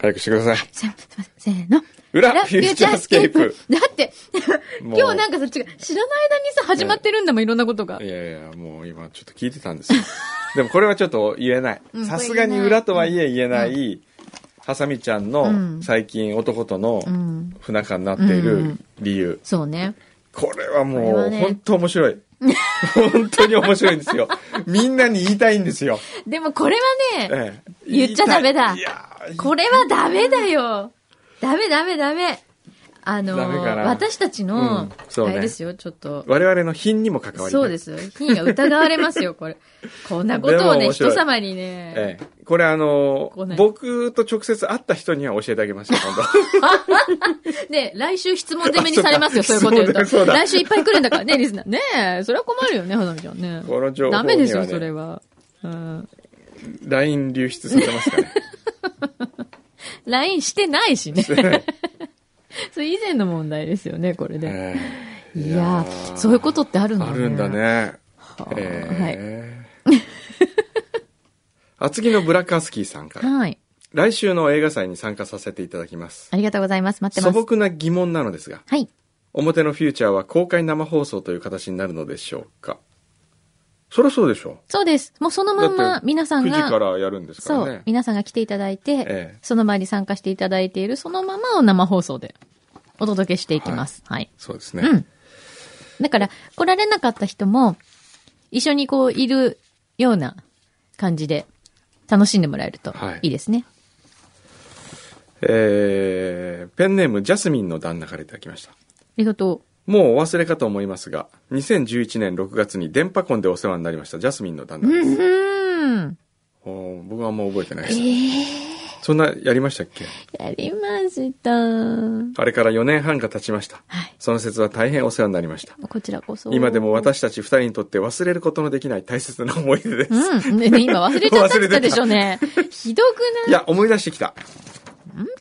早くしてください。せん、すいません、せーの。裏裏フューチャースケープ。だって、も今う日なんかさ、違う、知らない間にさ、始まってるんだもん、いろんなことが。いやいや、もう今ちょっと聞いてたん ですよ。でもこれはちょっと言えないうん。さすがに裏とはいえ言えない、ハサミちゃんうのん最近男とのうん。不仲になっていうるん理由。そうね。これはこれもはうね本当面 白い。本当に面白いんですよ。みんなに言いたいんですよ。でもこれはね、ええ 言っちゃダメだ言いたいいやこれはダメだよ。ダメダメダメ。あのダメかなー、私たちうのん、そうあねれですよ、ちょっと。我々の品にも関わり。そうですすよ。品が疑われますよ、これ。こんなことをでもね、面白い人様にね。ええ、これあのここね僕と直接会った人には教えてあげました、今度。ね、来週質問攻めにされますよ、あそそううかいうこと言うと。そうだそうだ来週いっぱい来るんだからね、 リスナー。ねえ、それは困るよね、はなみちゃんね。この情報にはダねメですよ、それは。うん。 LINE 流出されてますからね。 LINE してない し ね。それ以前の問題ですよね、これで。ええいやー、そういうことってあるんだね。あるんだ。ね。はあはい。えー、 厚木のブラカスキーさんから、はい。来週の映画祭に参加させていただきます。ありがとうございます。待って素ます。朴な疑問なのですが、はい。表のフューチャーは公開生放送という形になるのでしょうかそりゃそうでしょそうです。もうそのまんだっまて皆さう。ん9時が、からやるんですかそらうね、。皆さんが来ていただいて、ええその場に参加していただいているそのままを生放送でお届けしていきます。はい。そうですね。うん。だから、来られなかった人も、一緒にこう、いるような感じで、楽しんでもらえるとはいいいですね。えー、ペンネームジャスミンの旦那からいただきました。ありがともうお忘れかと思いますが、2011年6月に電波コンでお世話になりましたジャスミンの旦那う。です。うん。おー僕はあんま覚えてないでえす。ー、そんなやりましたっけやりました。はあれから4年半が経ちました。い。その説は大変お世話になりました。こちらこそ。今でも私たち2人にとって忘れることのできない大切な思い出です。うん。ねね今忘れちゃったって言ったでしょうね。ひどくいないや、思い出してきた。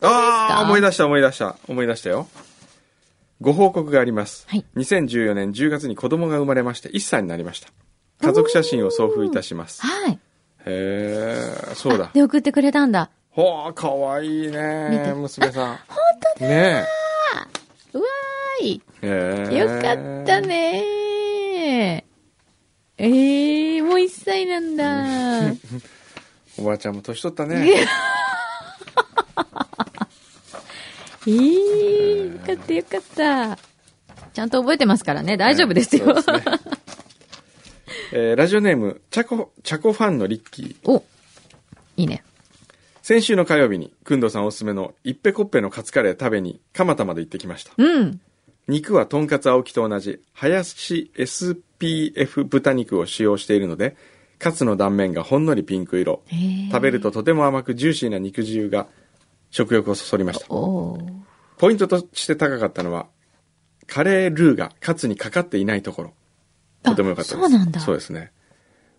ああ、思い出した思い出した。思い出したよ。ご報告があります。はい2014年10月に子供が生まれまして1歳になりました。家族写真を送付いたします。はい。へえ、そうだ。で、送ってくれたんだ。ほあ、かわいい見ねて娘さん。本当だねうわーい。え。へえよかった。ねー。ええー、もう一歳な んだ。おばあちゃんも年取ったね。ええー、よかったよかった。ちゃんと覚えてますからね、大丈夫ですそうよ。ねえーラジオネーム、チャコ、チャコファンのリッキー。 お、いいね。先週の火曜日に、くんどさんおすすめの、いっぺこっぺのカツカレー食べに、蒲田まで行ってきました。うん。肉はとんかつ青木と同じ、林 SPF 豚肉を使用しているので、カツの断面がほんのりピンク色。えー、食べるととても甘くジューシーな肉汁が食欲をそそりました。おーポイントとして高かったのは、カレールーがカツにかかっていないところ。とても良かったです。あそうなんだそうですね。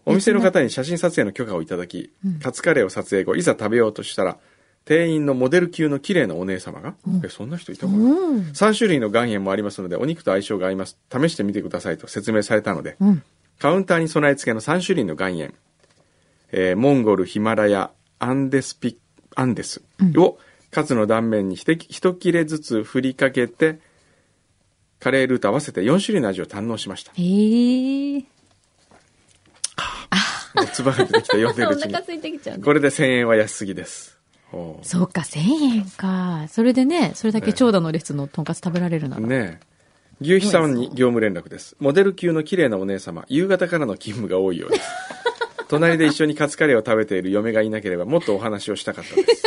お店の方に写真撮影の許可をいただき、カツカレーを撮影後、いざ食べようとしたら、店員のモデル級の綺麗なお姉様が、え、そんな人いたかな、うん。 3種類の岩塩もありますのでお肉と相性が合います試してみてくださいと説明されたので、うん。カウンターに備え付けの3種類の岩塩、えーモンゴルヒマラヤアンデスピアンデスをカツの断面にひて一切れずつ振りかけてカレールーと合わせて4種類の味を堪能しましたええー。もうつばが出てきた読んでるうおち腹に空いてきちゃうね。これで1000円は安すぎですおうそうか、1000円か。それでね、それだけ長蛇の列のとんかつ食べられるなら。ねえ牛肥さんそうにです業務連絡ですモデル級の綺麗なお姉様夕方からの勤務が多いようです隣で一緒にカツカレーを食べている嫁がいなければもっとお話をしたかった です、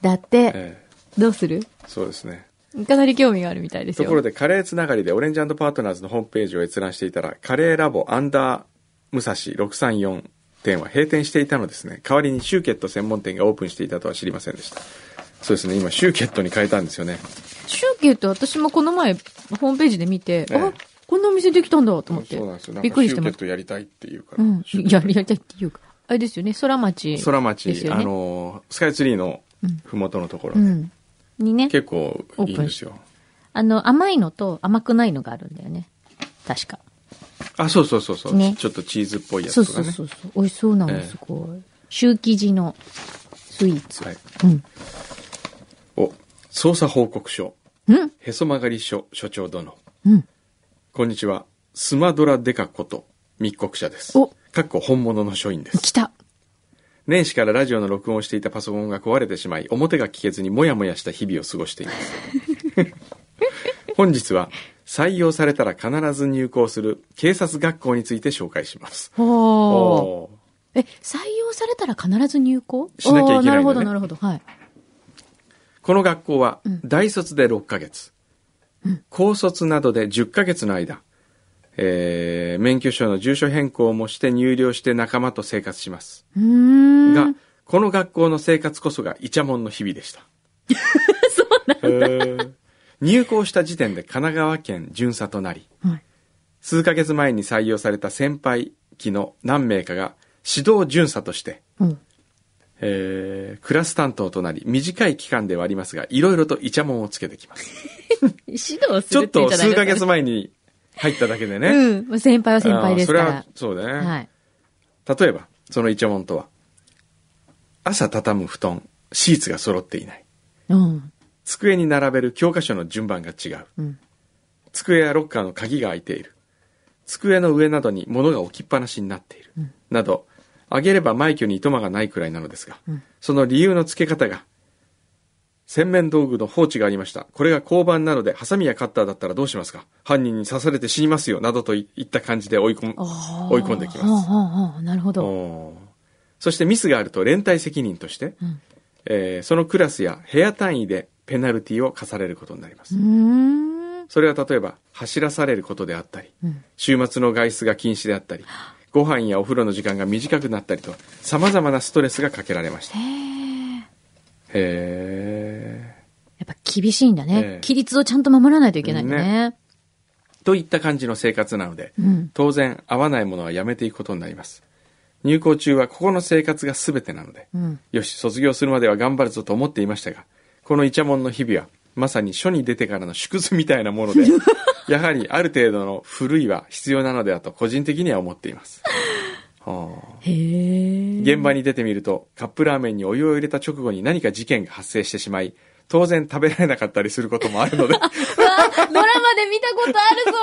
だって、ええどうするそうですねかなり興味があるみたいですとよ。ころでカレーつながりでオレンジパートナーズのホームページを閲覧していたらカレーラボアンダー武蔵634店は閉店していたのですね代わりにシューケット専門店がオープンしていたとは知りませんでしたそうですね今シューケットに変えたんですよねシューケット私もこの前、ホームページで見て、ええあ、こんなお店できたんだと思って。そうなんですよなんびっかくシりュしてーケまッす。トやりたいっていうから、うん。シューケットやりやりたいっていうか。あれですよね、空町。空町、ですよあね。のスカイツリーのふもとのところうで、ん。にね、結構いいんですよあの、甘いのと甘くないのがあるんだよね。確か。あそうそうそうそう、ねちょっとチーズっぽいやそうつとかそうねそうそう。美味しそうなの、ええすごい。シュー生地の、スイーツ。はいうん。お、捜査報告書、うん。へそ曲がり署所長殿。うん。こんにちは。スマドラデカこと、密告者です。おかっこ本物の書院です。来た。年始からラジオの録音をしていたパソコンが壊れてしまい、表が聞けずにモヤモヤした日々を過ごしてい ます。本日は、採用されたら必ず入校する警察学校について紹介します。ほー。おーえ、採用されたら必ず入校しなきゃいけないんだねおーなるほど、なるほど。はい。この学校はうん大卒で6ヶ月、高卒などで10ヶ月の間、えー免許証の住所変更もして入寮して仲間と生活します、うーがん。この学校の生活こそがイチャモンの日々で したそうなんだ入校した時点で神奈川県巡査となりはい。数ヶ月前に採用された先輩機の何名かが指導巡査としてうん。えークラス担当となり短い期間ではありますがいろいろとイチャモンをつけてきます指導するってちょっ言とじゃない数のヶかな月前に入っただけでね。うん。もう先輩は先輩ですかあらー。それはそうだね。はい。例えば、そのイチャモンとは、朝畳む布団、シーツが揃っていない。うん。机に並べる教科書の順番が違う。うん。机やロッカーの鍵が開いている。机の上などに物が置きっぱなしになっている。んなど、あげれば枚挙にいとまがないくらいなのですが、うんその理由の付け方が、洗面道具の放置がありました。これが交番なので、ハサミやカッターだったらどうしますか犯人に刺されて死にますよ、などといった感じで追い込む。あー追い込んできますはあはあはあなるほど。おーそしてミスがあると連帯責任として、うんえーそのクラスや部屋単位でペナルティを課されることになりまうす。ーん。それは例えば、走らされることであったり、うん週末の外出が禁止であったり、ご飯やお風呂の時間が短くなったりと、様々なストレスがかけられました。へーへやっぱ厳しいんだね。ええ規律をちゃんと守らないといけないんだね。ー。といった感じの生活なので、うん。当然、合わないものはやめていくことになります。入校中はここの生活が全てなので、うん。よし、卒業するまでは頑張るぞと思っていましたが、このイチャモンの日々は、まさに書に出てからの縮図みたいなも ので、やはりある程度の古いは必要なのではと個人的には思ってい ます。はあへえ。現場に出てみると、カップラーメンにお湯を入れた直後に何か事件が発生してしまい、当然食べられなかったりすることもあるの で、ドラマで見たことある、それ。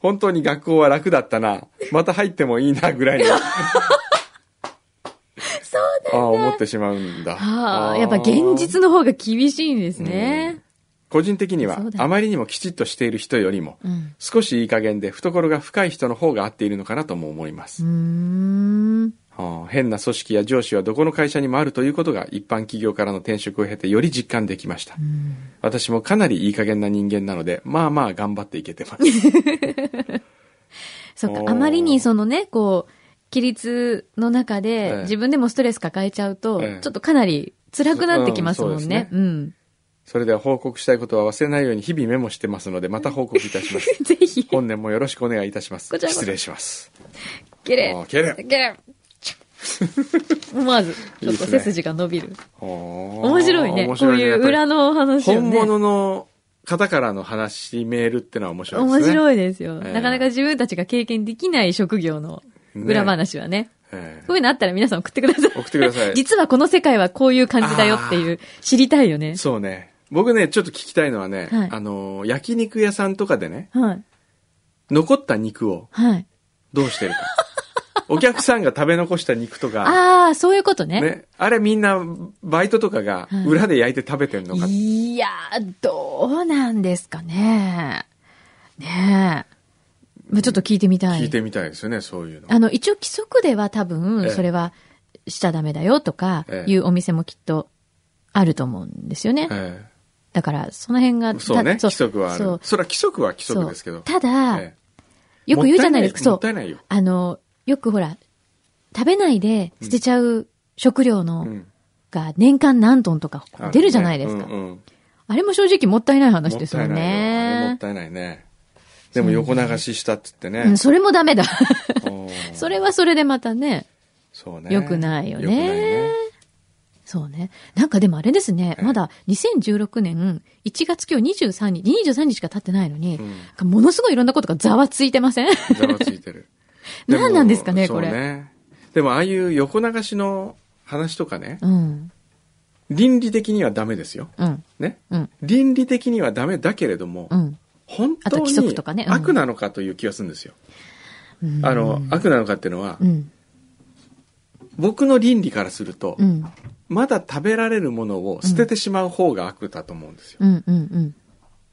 本当に学校は楽だったな。また入ってもいいな、ぐらい の。そうだああ、思ってしまうんだ。はああ、ーやっぱ現実の方が厳しいんですね。個人的にはそう、だあまりにもきちっとしている人よりも、うん。少しいい加減で懐が深い人の方が合っているのかなとも思います。うーん。はあ変な組織や上司はどこの会社にもあるということが一般企業からの転職を経てより実感できました。私もかなりいい加減な人間なので、まあまあ頑張っていけてます。 そっおか、ーあまりにそのね、こう、規律の中ええで自分でもストレス抱えちゃうと、ええちょっとかなり辛くなってきますもうんんそうでね。すうん。それでは報告したいことは忘れないように日々メモしてますので、また報告いたします。 ぜひ、本年もよろしくお願いいたしますこち。らこそ失礼します。けれあ。けれけれ。思わず、ちょっと背筋が伸びる。面面白いね。面こ白ういねいう裏のお話を本ね。物の方からの話、メールってのは面白いですね。面白いですよ。ええなかなか自分たちが経験できない職業のね裏話はね。ええこういうのあったら皆さん送ってください。送ってください 実はこの世界はこういう感じだよっていう、知りたいよね。そうね。僕ね、ちょっと聞きたいのはね、はいあの、焼肉屋さんとかでね、はい。残った肉をはい。どうしてる か。お客さんが食べ残した肉とか、ああ、そういうことね。ね、あれみんなバイトとかがはい裏で焼いて食べてんのか、いやー、どうなんですかね。ねえ。まあ、ちょっと聞いてみたい。聞いてみたいですよね、そういうの。あの、一応規則では多ええ分、それはしちゃダメだよとかえ、えいうお店もきっとあると思うんですよね。えだから、その辺が、えそうね、た規則はある。そそうれは規則は規そ則うですけど。ただ、えよく言うじゃないですか。もそっうた。いないもったいないよ。あの、よくほら、食べないで捨てちゃう食料の、うんが年間何トンとか出るじゃないですか。あねうんうんあれも正直もったいない話もでっすたよいないよあれもっね。たいないね。でも横流ししたって言ってうねん、。それもダメだ。おーそれはそれでまたね、そうね。良くないよね良くないねそうね。なんかでもあれですね、ええまだ2016年1月今日23日、23日しか経ってないのに、うんなんかものすごいいろんなことがざわついてません ざわついてる。何なんですかねもこれそうね。でもああいう横流しの話とかね、うん。倫理的にはダメですよ。うん。ね。うん。倫理的にはダメだけれども、うん。本あと当規に則とかねうん悪なのかという気がするんですよ。うんあの、悪なのかっていうのは、うん。僕の倫理からすると、うん。まだ食べられるものを捨ててしまう方が悪だと思うんですよ。うん。うん。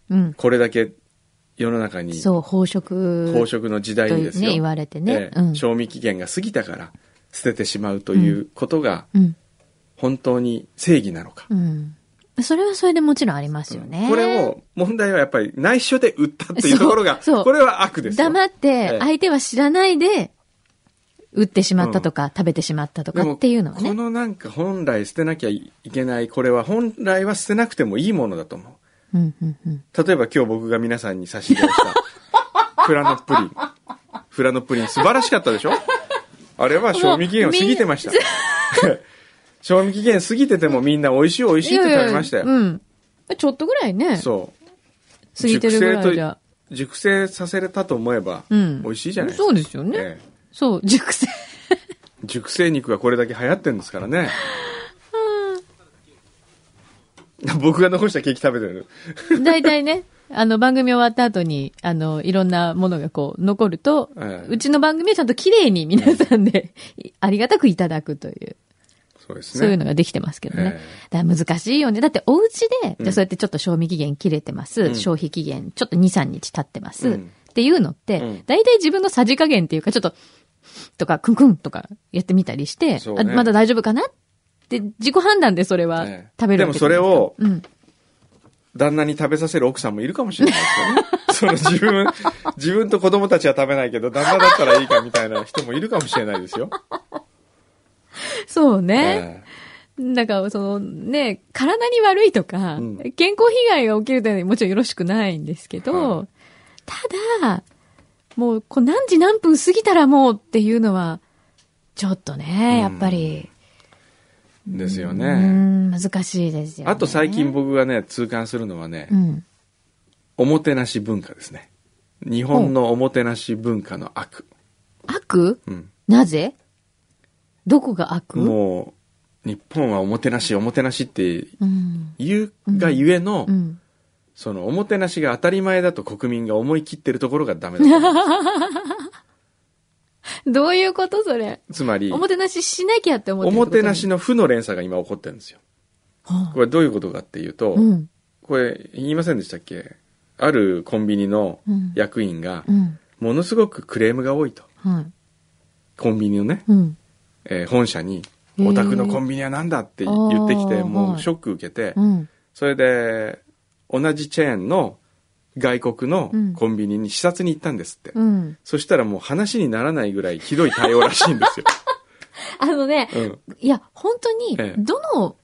うん。これだけ世の中にそう、飽食。飽食の時代とにいでうすよ、ね、言われてねえ。えうん。賞味期限が過ぎたから捨ててしまうということがうん。本当に正義なのか、うん。それはそれでもちろんありますよね。これを問題はやっぱり内緒で売ったっていうところがそうそうこれは悪ですよ黙っええて、相手は知らないで、打ってしまったとか、食べてしまったとでかもっていうのはこね。のなんか本来捨てなきゃいけないこれは本来は捨てなくてもいいものだと思ううん、うん、うん。例えば今日僕が皆さんに差し入れを した、フラノプリン。フラノプリン素晴らしかったでしょあれは賞味期限を過ぎてました。 賞味期限過ぎててもみんな美味しい美味しいって食べましたよ。いやいやうん。ちょっとぐらいね。そう。過ぎてるぐらいじゃ。熟成させれたと思えば、うん。美味しいじゃないですか。そうですよね。ええそう、熟成。熟成肉がこれだけ流行ってるんですから ね。僕が残したケーキ食べてる。 大体ね、あの、番組終わった後に、あの、いろんなものがこう、残ると、ええうちの番組はちゃんと綺麗に皆さんで、ありがたくいただくという、そうですね。そういうのができてますけどねえ。だから難しいよね。だって、お家で、うんじゃあそうやってちょっと賞味期限切れてます、ん消費期限ちょっと2、3日経ってます、うんっていうのって、うん大体自分のさじ加減っていうか、ちょっと、とか、クンクンとかやってみたりして、そうあねまだ大丈夫かなって、自己判断でそれはええ食べるわけじゃないでもそれをですかうん。旦那に食べさせる奥さんもいるかもしれないです よね。その自分、自分と子供たちは食べないけど、旦那だったらいいかみたいな人もいるかもしれないですよ。そうね。えなんか、そのね、体に悪いとか、うん健康被害が起きるというのはもちろんよろしくないんですけど、はただ、もう、こう何時何分過ぎたらもうっていうのは、ちょっとね、やっぱり、えですようーね。ん、難しいですよ、ね。あと最近、僕がね、痛感するのはねう、ん。おもてなし文化ですね。日本のおもてなし文化の悪。悪うん、なぜどこが悪もう、日本はおもてなし、おもてなしってうん。言うがゆえの、うん。そのおもてなしが当たり前だと国民が思い切ってるところがダメだと思う。どういうことそれ。つま り、おもてなししなきゃって思っておるもてなしの。の負の連鎖が今起こってるんですよ。はあこれどういうことかっていうと、うん。これ言いませんでしたっけあるコンビニのうん役員がうん。ものすごくクレームが多いとはい。コンビニのね、うん。えー本社に「へーお宅のコンビニは何だ?」って言ってきあてーもはういショック受けてうん。それで同じチェーンの外国のうんコンビニに視察に行ったんですって、うん。そしたらもう話にならないぐらいひどい対応らしいんです よ、あのね、うん、いや、本当にええ、どの、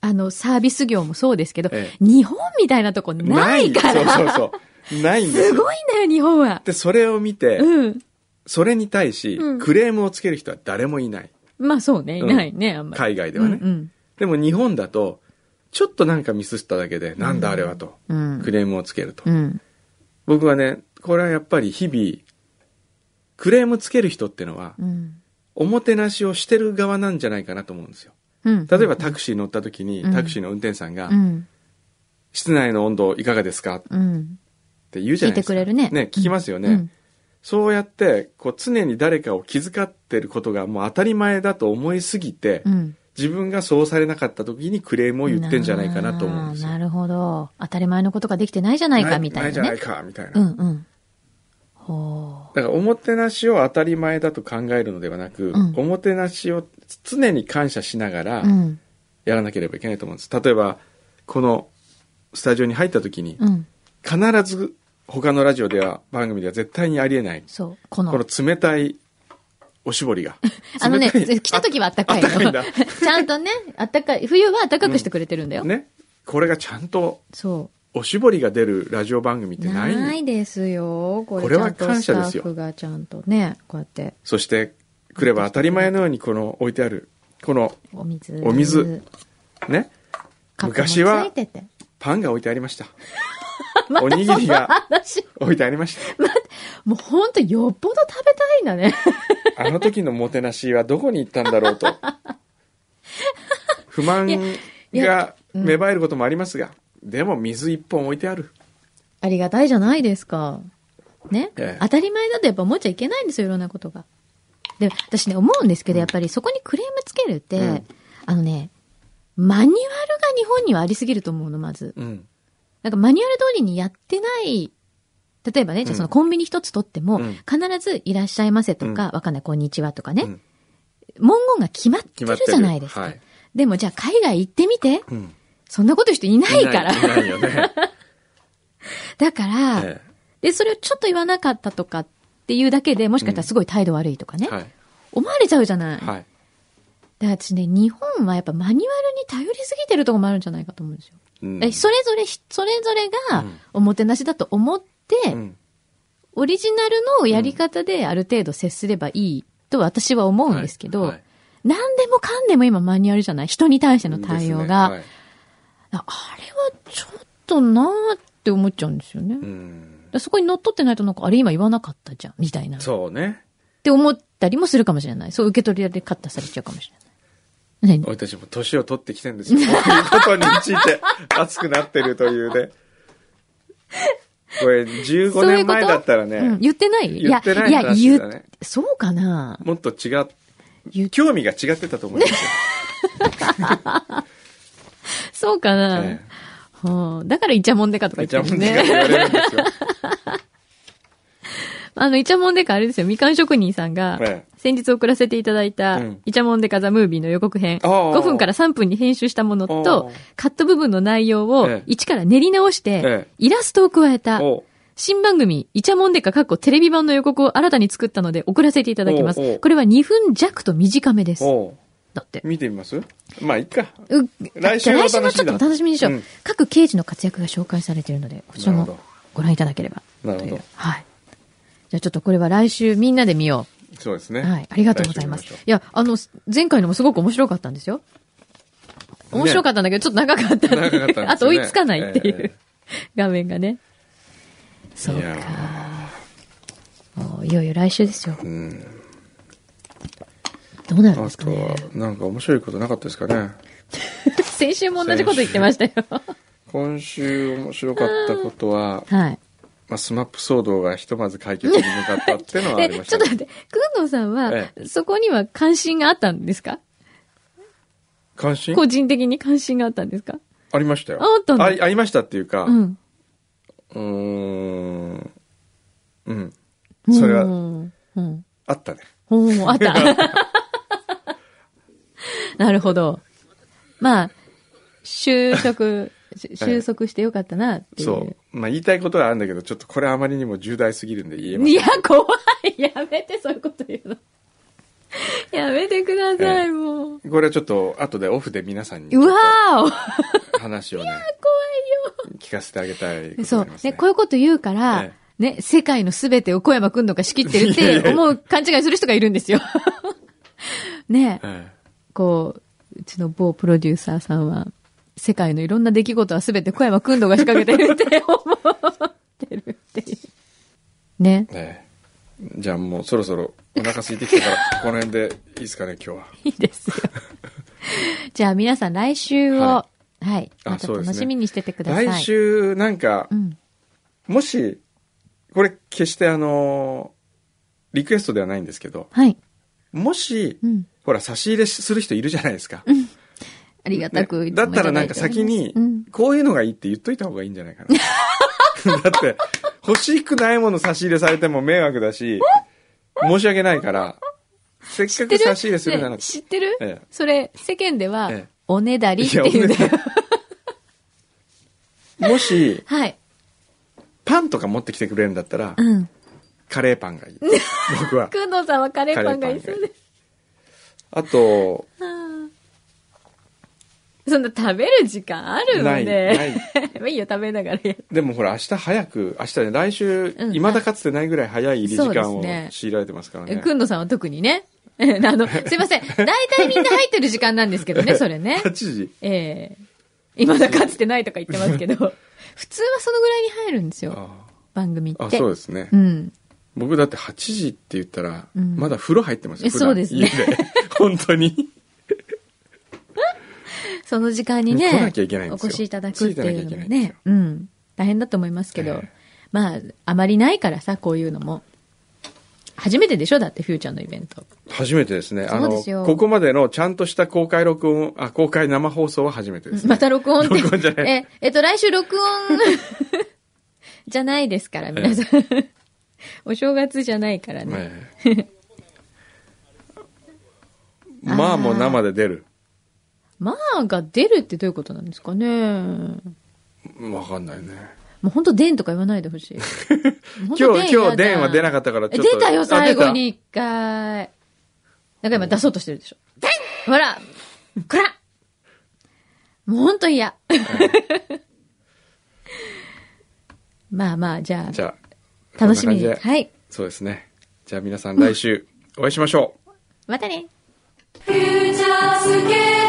あの、サービス業もそうですけど、え日本みたいなとこないかないら、そうそうそうないんですすよごいんだよ、日本は。でそれを見て、うん。それに対し、うんクレームをつける人は誰もいないまあそうね、いうんないね、あんまり。海外ではね、うんでも日本だと、ちょっとなんかミスしただけで、なんだあれはと、うん。クレームをつけると。うん。僕はね、これはやっぱり日々、クレームつける人ってのはう、ん。おもてなしをしてる側なんじゃないかなと思うんですよ。うん。例えばタクシー乗った時にう、んタクシーの運転手さんがう、ん。室内の温度いかがですかっうん。て言うじゃないですか。聞いてくれるねね、聞きますようねん。そうやって、こう常に誰かを気遣ってることがもう当たり前だと思いすぎてう、ん。自分がそうされなかった時にクレームを言ってんじゃないかなと思うんですよあー。なるほど。当たり前のことができてないじゃないか、みたいじなゃなねい。かみたいな、うんだうん。ほからおもてなしを当たり前だと考えるのではなく、うんおもてなしを常に感謝しながらう。うん。やらなければいけないと思うんです例えばこのスタジオに入った時にうん。必ず他のラジオでは番組では絶対にありえないそう。このこ。の冷たいおしぼりが あのね、冷たい来た時はあったかいの。あったかいんだ ちゃんとね、あったかい。冬はあったかくしてくれてるんだよ。ねこれがちゃんとそおしぼりが出るラジオ番組っう。てないんだよですよ。これこれはちゃんと感謝ですよスタッフがちゃんとね、こうやって、そして来れば当たり前のようにこの置いてあるこのお水。お水。ねカップも昔はついててパンが置いてありました またおにぎりが話、置いてありましもうほんとよっぽど食べたいんだね。 た。あの時のもてなしはどこに行ったんだろうと。不満が芽生えることもありますが、でも水一本置いてある。ありがたいじゃないですか。ね、ええ当たり前だとやっぱ思っちゃいけないんですよ、いろんなことが。で、私ね、思うんですけど、やっぱりそこにクレームつけるって、うんあのね、マニュアルが日本にはありすぎると思うの、まず。うん。なんかマニュアル通りにやってない、例えばね、じゃあそのコンビニ一つ取っても、うん必ずいらっしゃいませとか、わかんない、こんにちはとかね、うん文言が決まって決まるってる。じゃないですか。はい。でもじゃあ海外行ってみて、うん。そんなこと言う人いないから。いないいないよね。 だから、えで、それをちょっと言わなかったとかっていうだけで、もしかしたらすごい態度悪いとかね、えはい。思われちゃうじゃない。はい。で、私ね、日本はやっぱマニュアルに頼りすぎてるとこもあるんじゃないかと思うんですよ。うんえそれぞれ、それぞれがうんおもてなしだと思って、うんオリジナルのやり方である程度接すればいいと私は思うんですけど、はいはい何でもかんでも今マニュアルじゃない人に対しての対で応が。すねはいああれはちょっとなーって思っちゃうんですよね。だうかん。らそこに乗っ取ってないとなんか、あれ今言わなかったじゃん、みたいな。そうね。って思ったりもするかもしれない。そう受け取りでカッターされちゃうかもしれない。何俺たちも年を取ってきてるんですよ。こういうことについて熱くなってるというね。これ15そうい年うこと前だったらね、うん、言ってない言ってないいや、いや、話だ言ねっ、そうかなもっと違う言っ、興味が違ってたと思いますよ。そうかな、えはあ、だからイチャモンデカとかえ言いっちゃてもるんでかっね。て言われるんですよ。あの、イチャモンデカあれですよ。みかん職人さんが ええ、先日送らせていただいたうん、イチャモンデカザムービーの予告編、ああ5分から3分に編集したものとああ、カット部分の内容をええ一から練り直して、ええイラストを加えた、おう新番組、イチャモンデカかっこテレビ版の予告を新たに作ったので送らせていただきおうまおす。うこれは2分弱と短めです。おうだって。見てみますまあ、いいか。う来週の楽し来週みだもちょっとお楽しみにしよう、うん各刑事の活躍が紹介されているので、こちらなるほもどご覧いただければという。なるほどはい。じゃあちょっとこれは来週みんなで見よそうですう。ね。はい。ありがとうございます。来い週見しょや、あの、前回のもすごく面白かったんですよ。面白かったんだけど、ちょっと長かったっていう長かったんですよねあと追いつかないっていう、ええ画面がね。そうういやか。もういよいよ来週ですよ。ーうん。どうなるんあですかとねは。、なんか面白いことなかったですかね。 先週も同じこと言って ましたよ。、今週面白かったことははい。まあ、スマップ騒動がひとまず解決に向かったっていうのはあ え、りましちょたっとね、待って、くんどうさんは、えそこには関心があったんですか関心個人的に関心があったんですかありましたよ。ああったんだありありましたっていうか、う。うんーん。うん。それはうん。うん。あったね。うんあった。 なるほど。まあ、収束、し収束してよかったなっていう。そう。まあ、言いたいことはあるんだけど、ちょっとこれあまりにも重大すぎるんで言えませんいや、怖い。やめて、そういうこと言うの。やめてくださえい、もう。これはちょっと、後でオフで皆さんにうわーお怖話をね、いよ。聞かせてあげたいことがそあうりま。すね、ね。こういうこと言うから、えね、世界のすべてを小山くんのが仕切ってるって思う勘違いする人がいるんですよ。 ねえ、えこう、うちの某プロデューサーさんは、世界のいろんな出来事はすべて小山くんのが仕掛けてるって思ってるっていう。ね。えええじゃあもうそろそろお腹空いてきたから、この辺でいいですかね、今日 は。いいですよ。じゃあ皆さん来週を、は、はいあまたそうですね楽しみにしててください。来週、なんかう、ん。もし、これ決してあの、リクエストではないんですけど、はい。もしう、ん。ほら、差し入れする人いるじゃないですか。ありがたく、ねいつもだったらいなだんいかております先にうん、こういうのがいいって言っといた方がいいんじゃないかな。 だって、欲しくないもの差し入れされても迷惑だし、申し訳ないから、せっ知っかてくる差し入れするなら、ね知ってる、ええそれ、世間では、ええおねだりっていうんだいやおねよ。 もし、はい。パンとか持ってきてくれるんだったら、うん。カレーパンがいい。僕 は。くんのさんはカレーパンがいいそうです。あと、そんな食べる時間あるのない、 なね。い。いいよ、食べながらやる。でもほら、明日早く、明日ね、来週、うん未だかつてないぐらい早い入り時間そうをですね強いられてますからね。くんのさんは特にね。 あの、すいません。大体みんな入ってる時間なんですけどね、それね8 。時。ええ今だかつてないとか言ってますけど、普通はそのぐらいに入るんですよ、あ番組って。あ、そうですねう。ん。僕だって8時って言ったら、うんまだ 風呂入ってますよ。え普段そうですね家で本当に。その時間にね、来なきゃいけないんおですよ越しいただくっていうのもついてなきゃいけないんですねよ、うん、大変だと思いますけど、ええまあ、あまりないからさ、こういうのも。初めてでしょだって、フューチャーのイベント。初めてですね。あそうのですよ、ここまでのちゃんとした公開録音、あ、公開生放送は初めてですね。また録音って。録音じゃないえ、えっと、来週録音 じゃないですから、皆さん。 お正月じゃないからね。ええ まあもう生で出る。まあが出るってどういうことなんですかね。わかんないね。もう本当、デンとか言わないでほ しい。今日、今日、電話出なっかったから、ちょっと。出たよ、あ最後。に一回。なんか今出そうとしてるでしょ。デンほらこらもう本当嫌。 まあまあ、じ出ゃたあ、じゃあ、楽しこみんに。な感じではい。そうですね。じゃあ皆さん来週お会いしましょう。またね「フューチャースケープ」